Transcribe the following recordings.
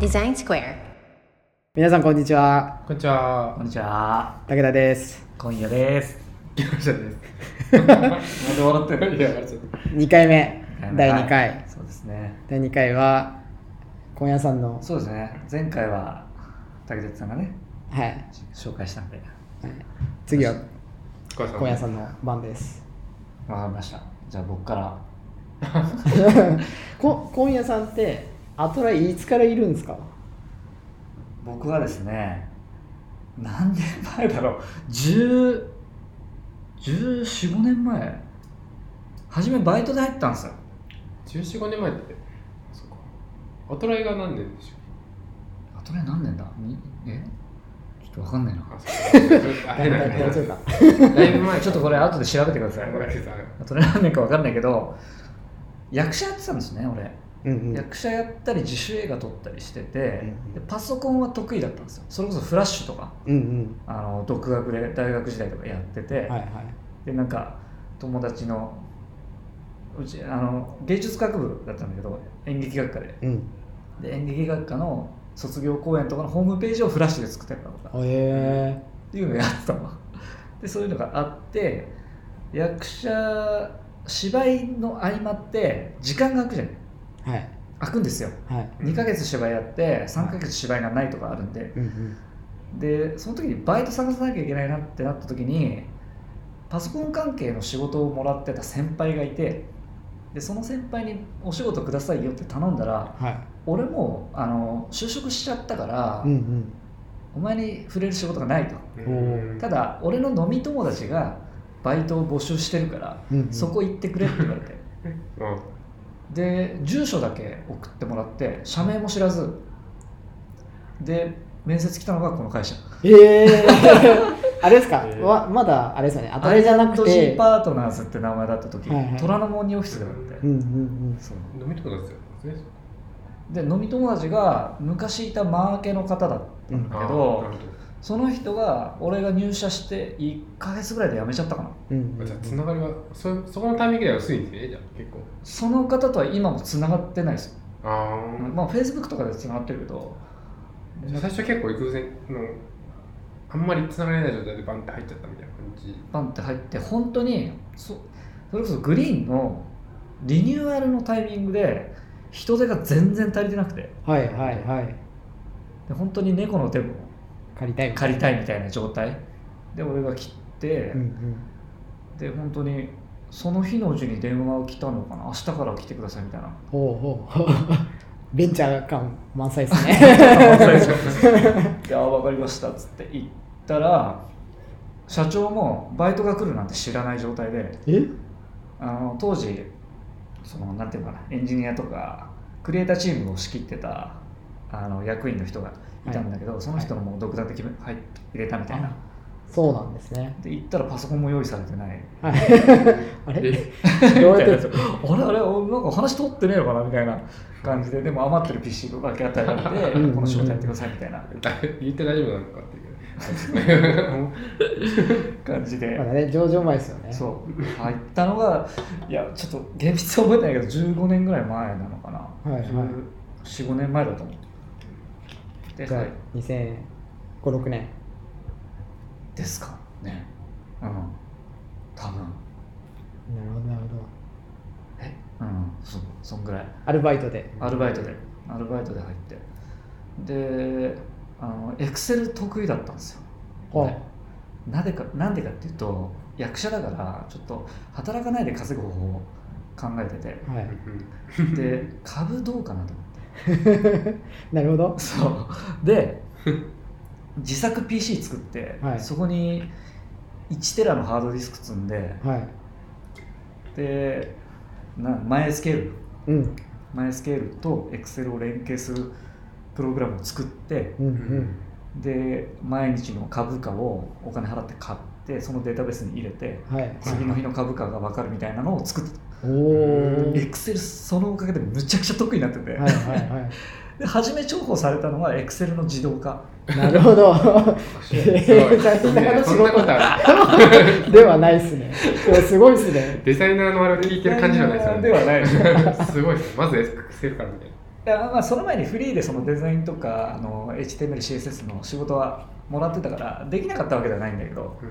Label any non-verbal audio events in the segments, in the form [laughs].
デザインスクエア皆さんこんにちはこんにちは。こんにちは。武田です今夜です。よろしくです。なんで笑っていや、あれちょっと。 2回目第2回、そうですね。第2回は今夜さんのそうですね。前回は武哲さんがね、はい紹介したんで、次は小今夜さんの番ですわかりました。じゃあ僕から。こ今夜さんってアトライいつからいるんですか僕はですね、何年前だろう。10、14、5年前。初めバイトで入ったんですよ。十四五年前って。そうか。アトライが何年でしょあとね何年だにえちょっとわかんないなう。 [laughs] か。あ、そうか。大大丈夫かだいぶ前。ちょっとこれ後で調べてください。これれ。あとね何年かわかんないけど、役者やってたんですね、俺。うんうん役者やったり自主映画撮ったりしてて、うんでパソコンは得意だったんですよそれこそフラッシュとかうんあの独学で大学時代とかやってて、うんはいはいでなんか友達のうちあの芸術学部だったんだけど演劇学科でうんで演劇学科の卒業公演とかのホームページをフラッシュで作ってたとかへっていうのをやってたのでそういうのがあって役者芝居の合間って時間が空くじゃないえはい空くんですよはい2ヶ月芝居やって3ヶ月芝居がないとかあるんでうんうんでその時にバイト探さなきゃいけないなってなった時にパソコン関係の仕事をもらってた先輩がいてでその先輩にお仕事くださいよって頼んだらは俺もあの就職しちゃったから、いうんお前に触れる仕事がないとうんただ俺の飲み友達がバイトを募集してるから、うんうんそこ行ってくれって言われてうん。で住所だけ送ってもらって社名も知らずで面接来たのがこの会社ええ [laughs] あれですか、えーわまだあれですよねアトライじゃなく R&G てパートナーズって名前だった時、はいはい虎ノ門にオフィスがあっうて、んうんそう飲みとこだったよね。で飲み友達が昔いたマーケの方だったんだけど、あーなるほその人が俺が入社して1ヶ月ぐらいで辞めちゃったかなうんうんどあじゃあ、つながりは、そ、そこのタイミングでは薄いんですね。じゃあ、結構。その方とは今もつながってないですよ、あまあ Facebook とかでつながってるけどあ。じゃあ最初結構偶然の。あんまり繋がれない状態でバンって入っちゃったみたいな感じ。 [laughs] バンって入って本当にそそれこそグリーンのリニューアルのタイミングで人手が全然足りてなくてはいはいはいで本当に猫の手も借りたいみたい借りたいみたいな状態で俺が切って、うんうんで本当にその日のうちに電話が来たのかな明日から来てくださいみた [laughs] いなほうほう [laughs] ベンチャー感満載です [laughs] ねで「ああ分かりました」っつって行ったら社長もバイトが来るなんて知らない状態でえあの当時そのなんていうのかなエンジニアとかクリエイターチームを仕切ってたあの役員の人がいたんだけど、その人のもう独断的に入入れたみたいな、そうなんですねで行ったらパソコンも用意されてない [laughs] はいあれどうやって [laughs] あれあれ俺なんか話通ってねえのかなみたいな感じででも余ってる PC とだけ与えられてうんこの仕事やってくださいみたいな言って大丈夫なのかっていう。感じまでだね上場前ですよねそう入ったのがいやちょっと厳密に覚えてないけど15年ぐらい前なのかな、はいはい1415年前だと思うでじゃはあい2056年ですかねうん多分なるほどなるほどえうんそうそんぐらいアルバイトでアルバイトでアルバイトで入ってであのエクセル得意だったんですよほうねなぜかなんでかっていうと役者だからちょっと働かないで稼ぐ方法を考えててはいで株どうかなと思ってなるほどそうで自作 PC 作って、はいそこに1テラのハードディスク積んではいでなマイスケールうんマイスケールと Excel を連携するプログラムを作ってうんううんん。で毎日の株価をお金払って買ってそのデータベースに入れてはい次の日の株価が分かるみたいなのを作っおてたおエクセルそのおかげでむちゃくちゃ得意になってて、はいはいはで初め重宝されたのがエクセルの自動化いなるほど [laughs] す [laughs] ごいいやそんなこと [laughs] ある。ではないっすねでもすごいっすね [laughs] [laughs] デザイナーのあれを聞いてる感じじゃないですではないすごいですね。まず Excel からみたいな。やまあその前にフリーでそのデザインとかあの HTML、CSS の仕事はもらってたからできなかったわけではないんだけどうん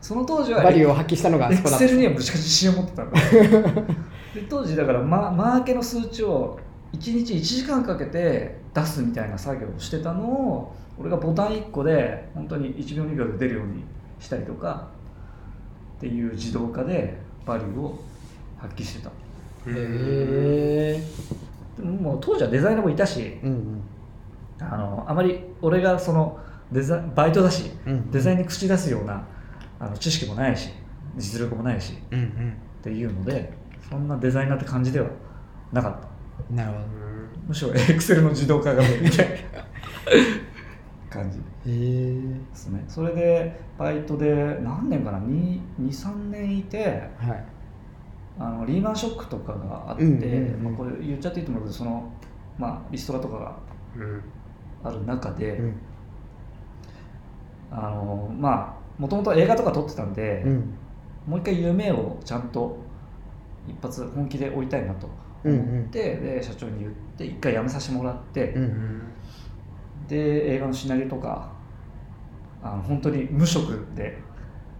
その当時はバリューを発揮したのがあエそこクだっセたルにはむちゃくちゃ自信を持っ [laughs] てたんだで当時だからママーケの数値を1日1時間かけて出すみたいな作業をしてたのを俺がボタン1個で本当に1秒2秒で出るようにしたりとかっていう自動化でバリューを発揮してたうへんえでももう当時はデザイナーもいたしうんあのあまり俺がそのデザバイトだしうんうんデザインに口出すようなあの知識もないし実力もないしうんっていうのでそんなデザイナーって感じではなかったうんなるほどむしろエクセルの自動化が [laughs] みたいな感じへえですねそれでバイトで何年かな23年いてはいあのリーマンショックとかがあって、うんうんうんまあ、これ言っちゃっていいと思うけどその、まあ、リストラとかうんがある中で、うんあのまあもともと映画とか撮ってたんで、うんもう一回夢をちゃんと一発本気で追いたいなと思って、で社長に言って一回辞めさせてもらって、ううんんで映画のシナリオとかあの本当に無職で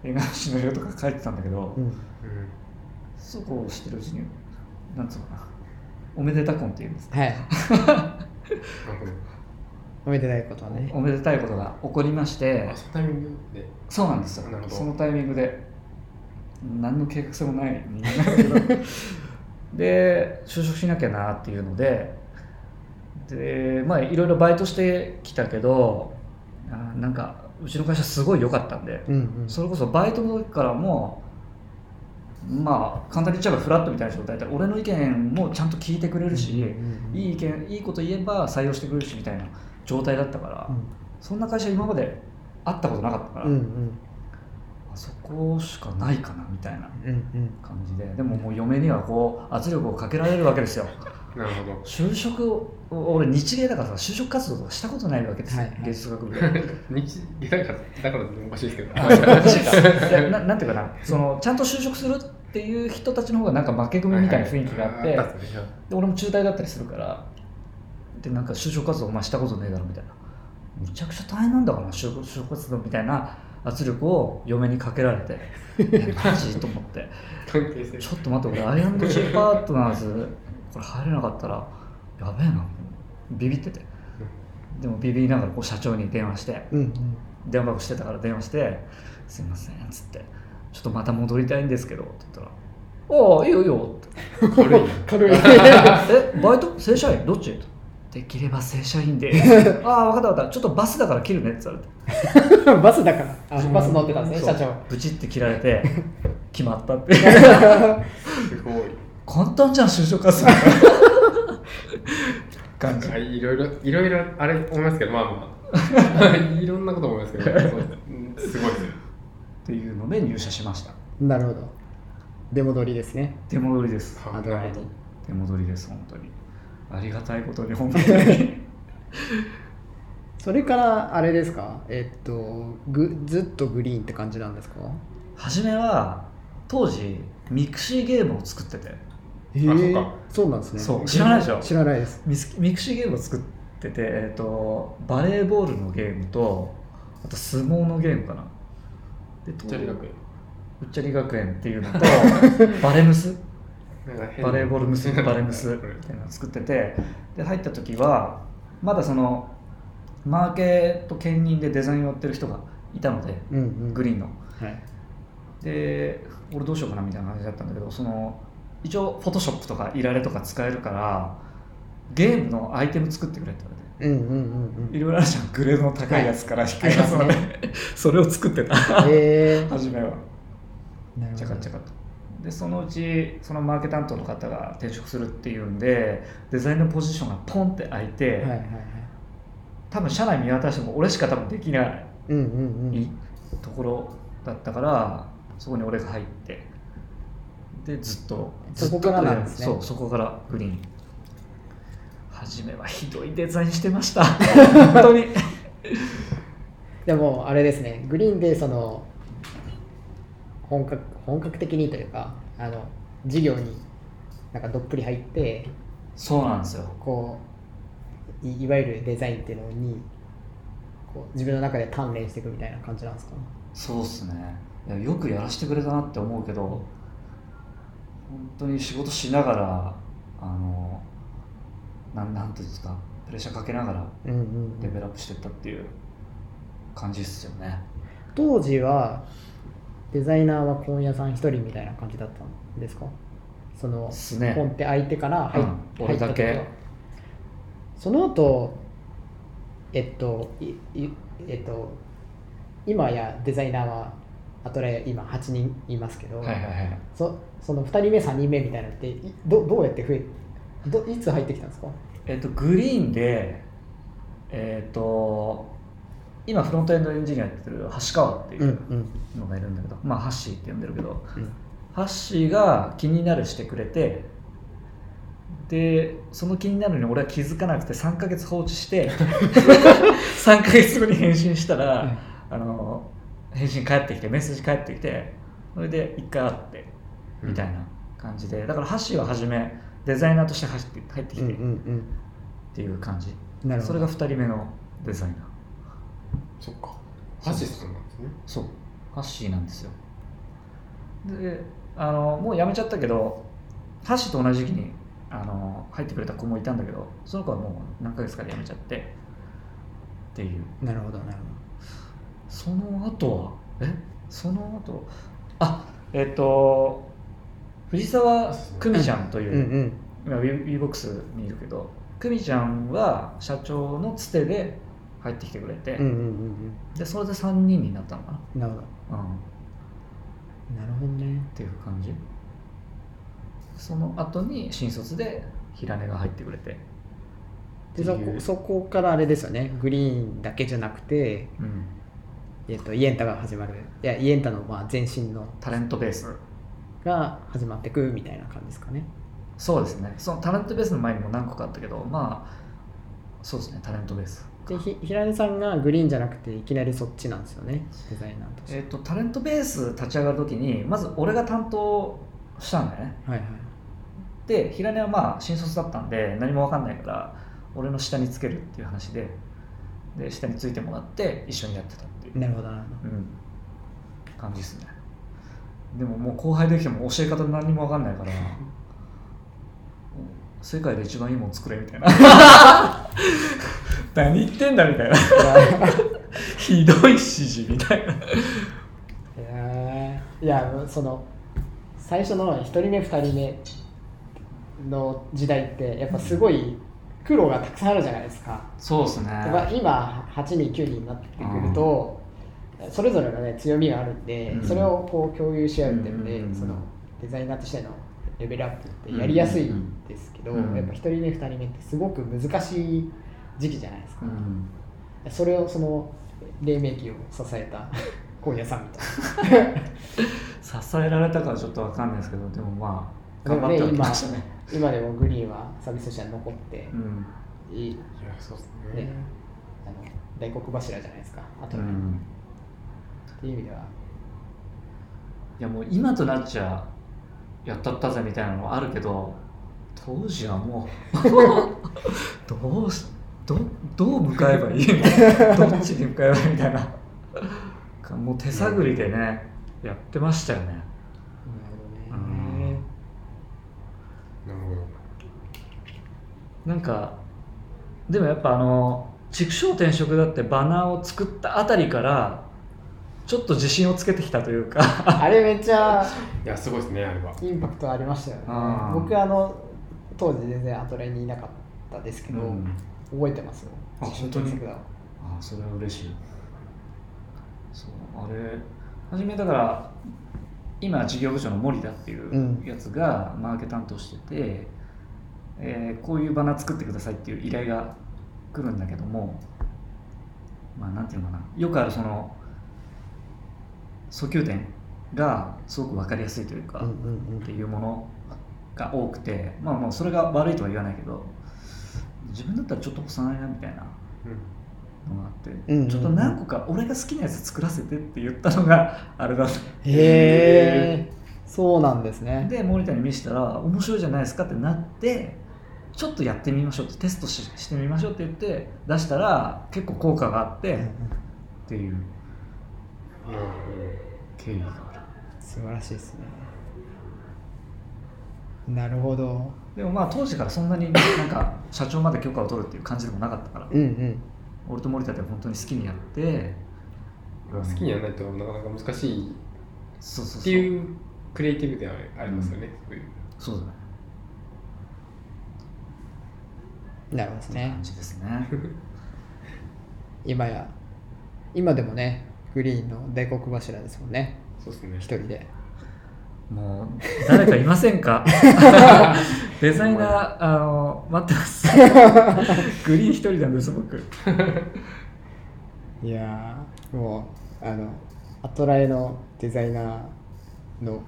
映画のシナリオとか書いてたんだけど、うんうんそうこうしてるうちになんつうのかなおめでた婚っていうんですかはいなるほどおめでたいことはねおめでたいことが起こりましてあそのタイミングでそうなんですよなるほどそのタイミングで何の計画性もない人間なんだけど [laughs] で就職しなきゃなっていうのででまあいろいろバイトしてきたけどあーなんかうちの会社すごい良かったんでうんうんそれこそバイトの時からもまあ簡単に言っちゃえばフラットみたいな状態で俺の意見もちゃんと聞いてくれるし、うんいい意見いいこと言えば採用してくれるしみたいな状態だったから、うそんな会社今まで会ったことなかったから、んうんあそこしかないかなみたいなうんうん感じででももう嫁にはこう圧力をかけられるわけですよなるほど就職を俺日芸だからさ就職活動とかしたことないわけですよ、はいはい芸術学部で。 [laughs] 日だからだからっておかしいですけどあマジか [laughs] いや [laughs] ななんていうかなそのちゃんと就職するっていう人たちの方がなんか負け組みたいな雰囲気があって、はいはいあったっすねで俺も中退だったりするからでなんか就職活動お前したことねえだろみたいなむちゃくちゃ大変なんだからな就職就職活動みたいな圧力を嫁にかけられていやマジと思って関係性ちょっと待って俺 I&G パートナーズこれ入れなかったらやべえなビビっててでもビビりながらこう社長に電話してうんうん電話番号してたから電話して「すいません」っつって「ちょっとまた戻りたいんですけど」って言ったら「ああいいよいいよ」って軽い軽いえバイト正社員どっち?」できれば正社 [laughs] 員で「ああ分かった分かったちょっとバスだから切るね」って言われて [laughs] バスだからあバス乗ってたんですね社そう長ブチって切ら [laughs] れて決まったってすごい簡単じゃん就職活動な感んじかいろいろいろいろあれ思いますけどまあま [laughs] あいろんなこと思いますけどそううんすごいですよっていうので入社しましたなるほど出戻りですね手戻りですあなるほど手戻りです本当にありがたいことに本当にそれからあれですかえっとぐずっとグリーンって感じなんですか初めは当時ミクシーゲームを作っててへそっかえそうなんですねそう知らないでしょ知らないですミスミクシーゲームを作ってて、えー、とバレーボールのゲームとあと相撲のゲームかなでチャリ学園うっちゃり学園っていう [laughs] のとバレムスバレーボール [laughs] ムスバレムスみたいなのを作っててで入った時はまだそのマーケット兼任でデザインをやってる人がいたのでうんうんグリーンのはいで俺どうしようかなみたいな感じだったんだけどその一応フォトショップとかいられとか使えるからゲームのアイテム作ってくれって言われてうんうんうんう [laughs] いんろいろあるじゃんグレードの高いやつから低いやつまで、はい [laughs] あそれを作ってたへえ初めはなるチャカチャカとでそのうちそのマーケ担当の方が転職するっていうんでデザインのポジションがポンって開いはて、いはいはい多分社内見渡しても俺しか多分できないうんうんうんところだったからそこに俺が入ってでずっとずっとそこからなんですねそうそこからグリーン初めはひどいデザインしてま [laughs] した本当にでもあれですねグリーンでその本格本格的にというかあの事業になんかどっぷり入ってそうなんですよこういいわゆるデザインっていうのにこう自分の中で鍛錬していくみたいな感じなんですかねそうっすねいやよくやらせてくれたなって思うけど本当に仕事しながらあのなんなんていうんですかプレッシャーかけながらうんうんレベルアップしてったっていう感じっすよね当時はデザイナーは今夜さん一人みたいな感じだったんですかそのですねポンって相手から入,、うん入俺っただ時けはその後えっといいえっと今やデザイナーはアトラエ今8人いますけど、はいはいはいそその2人目3人目みたいなのっていどどうやって増えどいつ入ってきたんですかえっと、グリーンで、えっと、今フロントエンドエンジニアやってる橋川っていううんのがいるんだけど、まあハッシーって呼んでるけどうんハッシーが気になるしてくれてでその気になるのに俺は気づかなくて3ヶ月放置して [laughs] 3ヶ月後に返信したら、うんあの返信返ってきてメッセージ返ってきてそれで1回会ってみたいな感じでだからハッシーは初めデザイナーとして入って入ってきうんてうっんていう感じ。うんなるほどそれが2人目のデザイナーそっかハシさんなんですねそうハッシーなんですよであのもう辞めちゃったけどハッシーと同じ時期にあの入ってくれた子もいたんだけどその子はもう何ヶ月かで辞めちゃってっていうなるほどなるその後はえその後あえっ、と藤沢久美ちゃんといほう、どうんうん今 WeBox にいるけど久美ちゃんは社長のつてで入ってきてくれて、うんうんうんでそれで3人になったのかなうんなるほどうん、っなるほどねていう感じその後に新卒で平根が入ってくれてでそこそこからあれですよねグリーンだけじゃなくて、うん、えっとイエンタが始まるいやイエンタのまあ前身のタレントベースが始まってくみたいな感じですかねそうですねそのタレントベースの前にも何個かあったけどまあそうですねタレントベースでひ平根さんがグリーンじゃなくていきなりそっちなんですよねデザイナーとしてえっ、とタレントベース立ち上がる時にまず俺が担当したんだよねはいはいで平根はまあ新卒だったんで何も分かんないから俺の下につけるっていう話でで下についてもらって一緒にやってたっていうなるほどなるほどうん、感じですねでももう後輩できても教え方何にも分かんないから世界で一番いいもの作れみたいな [laughs] 何言ってんだみたいなひどい指示みたいな、へーいやその最初の1人目2人目の時代ってやっぱすごい苦労がたくさんあるじゃないですかそうですねやっぱ今8人9人になってくると、それぞれの、ね、強みがあるんで、うんそれをこう共有し合うっていうので、うんうんうんうんそのデザイナーとしてのレベルアップってやりやすいんですけど、うんうんうんやっぱ1人目2人目ってすごく難しい時期じゃないですか、うん、それをその黎明期を支えた [laughs] 今夜さんみたいな。支えられたかはちょっと分かんないですけどでもまあで頑も張ねってはい今ましたね今でもグリーンはサービスとしては残ってう、ん、いいいやそうですねねあの大黒柱じゃないですかあと、うねん、っていう意味ではいやもう今となっちゃやったったぜみたいなのはあるけど当時はも [laughs] うどうしどどう向かえ [laughs] ばいいのどっちに向かえばいいみたいなもう手探りでね、やってましたよねなるほどねなるほどなんかでもやっぱあの畜生転職だってバナーを作ったあたりからちょっと自信をつけてきたというかあれめっちゃいやすごいですねあれはインパクトありましたよねあー僕あの当時全然アトレにいなかったですけど、うん覚えてますよあ自主本当に検索だわあそれは嬉しいそうあれ初めだから今事業部長の森田っていうんうやつがマーケ担当してて、えーこういうバナー作ってくださいっていう依頼が来るんだけどもまあなんていうのかなよくあるその訴求点がすごく分かりやすいというか、うんっていうものが多くてまあもうそれが悪いとは言わないけど自分だったらちょっと押さないなみたいなうんのがあって、んうんうんちょっと何個か俺が好きなやつ作らせてって言ったのがあれだっへえそうなんですたねで森田に見せたら面白いじゃないですかってなってちょっとやってみましょうってテストししてみましょうって言って出したら結構効果があってっていうなる経緯がある素晴らしいですねなるほどでもまあ当時からそんなになんか社長まで許可を取るっていう感じでもなかったからうんうん俺と森田で本当に好きにやってほど好きにやらないとなかなか難しいそうそうそうっていうクリエイティブではありますよね、そういうそうだねなるほどですね感じですね今や今でもねグリーンの大黒柱ですもんねそうですね一人でもう誰かいませ [laughs] んかデザイナーあの待ってます [laughs] グリーン一人なんです僕いやーもうあのアトラエのデザイナーの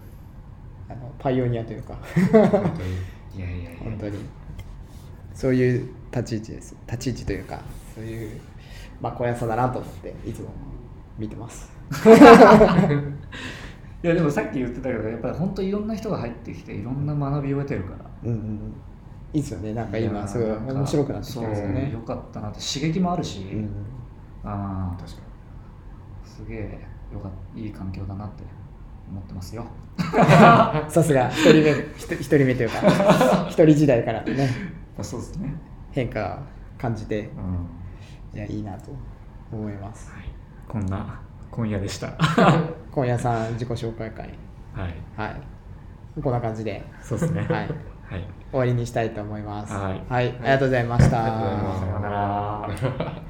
あのパイオニアというか [laughs] 本当にいやいやいや本当にそういう立ち位置です立ち位置というかそういうまあ小屋さだなと思っていつも見てますいやでもさっき言ってたけどやっぱり本当いろんな人が入ってきていろんな学びを得てるからうんうんうんいいっすよねなんか今すごいやなんか面白くなってきてますよそうねよかったなって刺激もあるし、うんうんああ確かすげえよかったいい環境だなって思ってますよさすが一人目 [laughs] ひと一人目というか一人時代からねあそうですね変化感じてうんいやいいなと思いますこんな今夜でした今夜さん自己紹介会はいはいこんな感じでそうです [laughs] はねいはい終わりにしたいと思いますはいありがとうございました、ありがとうございましたさようならに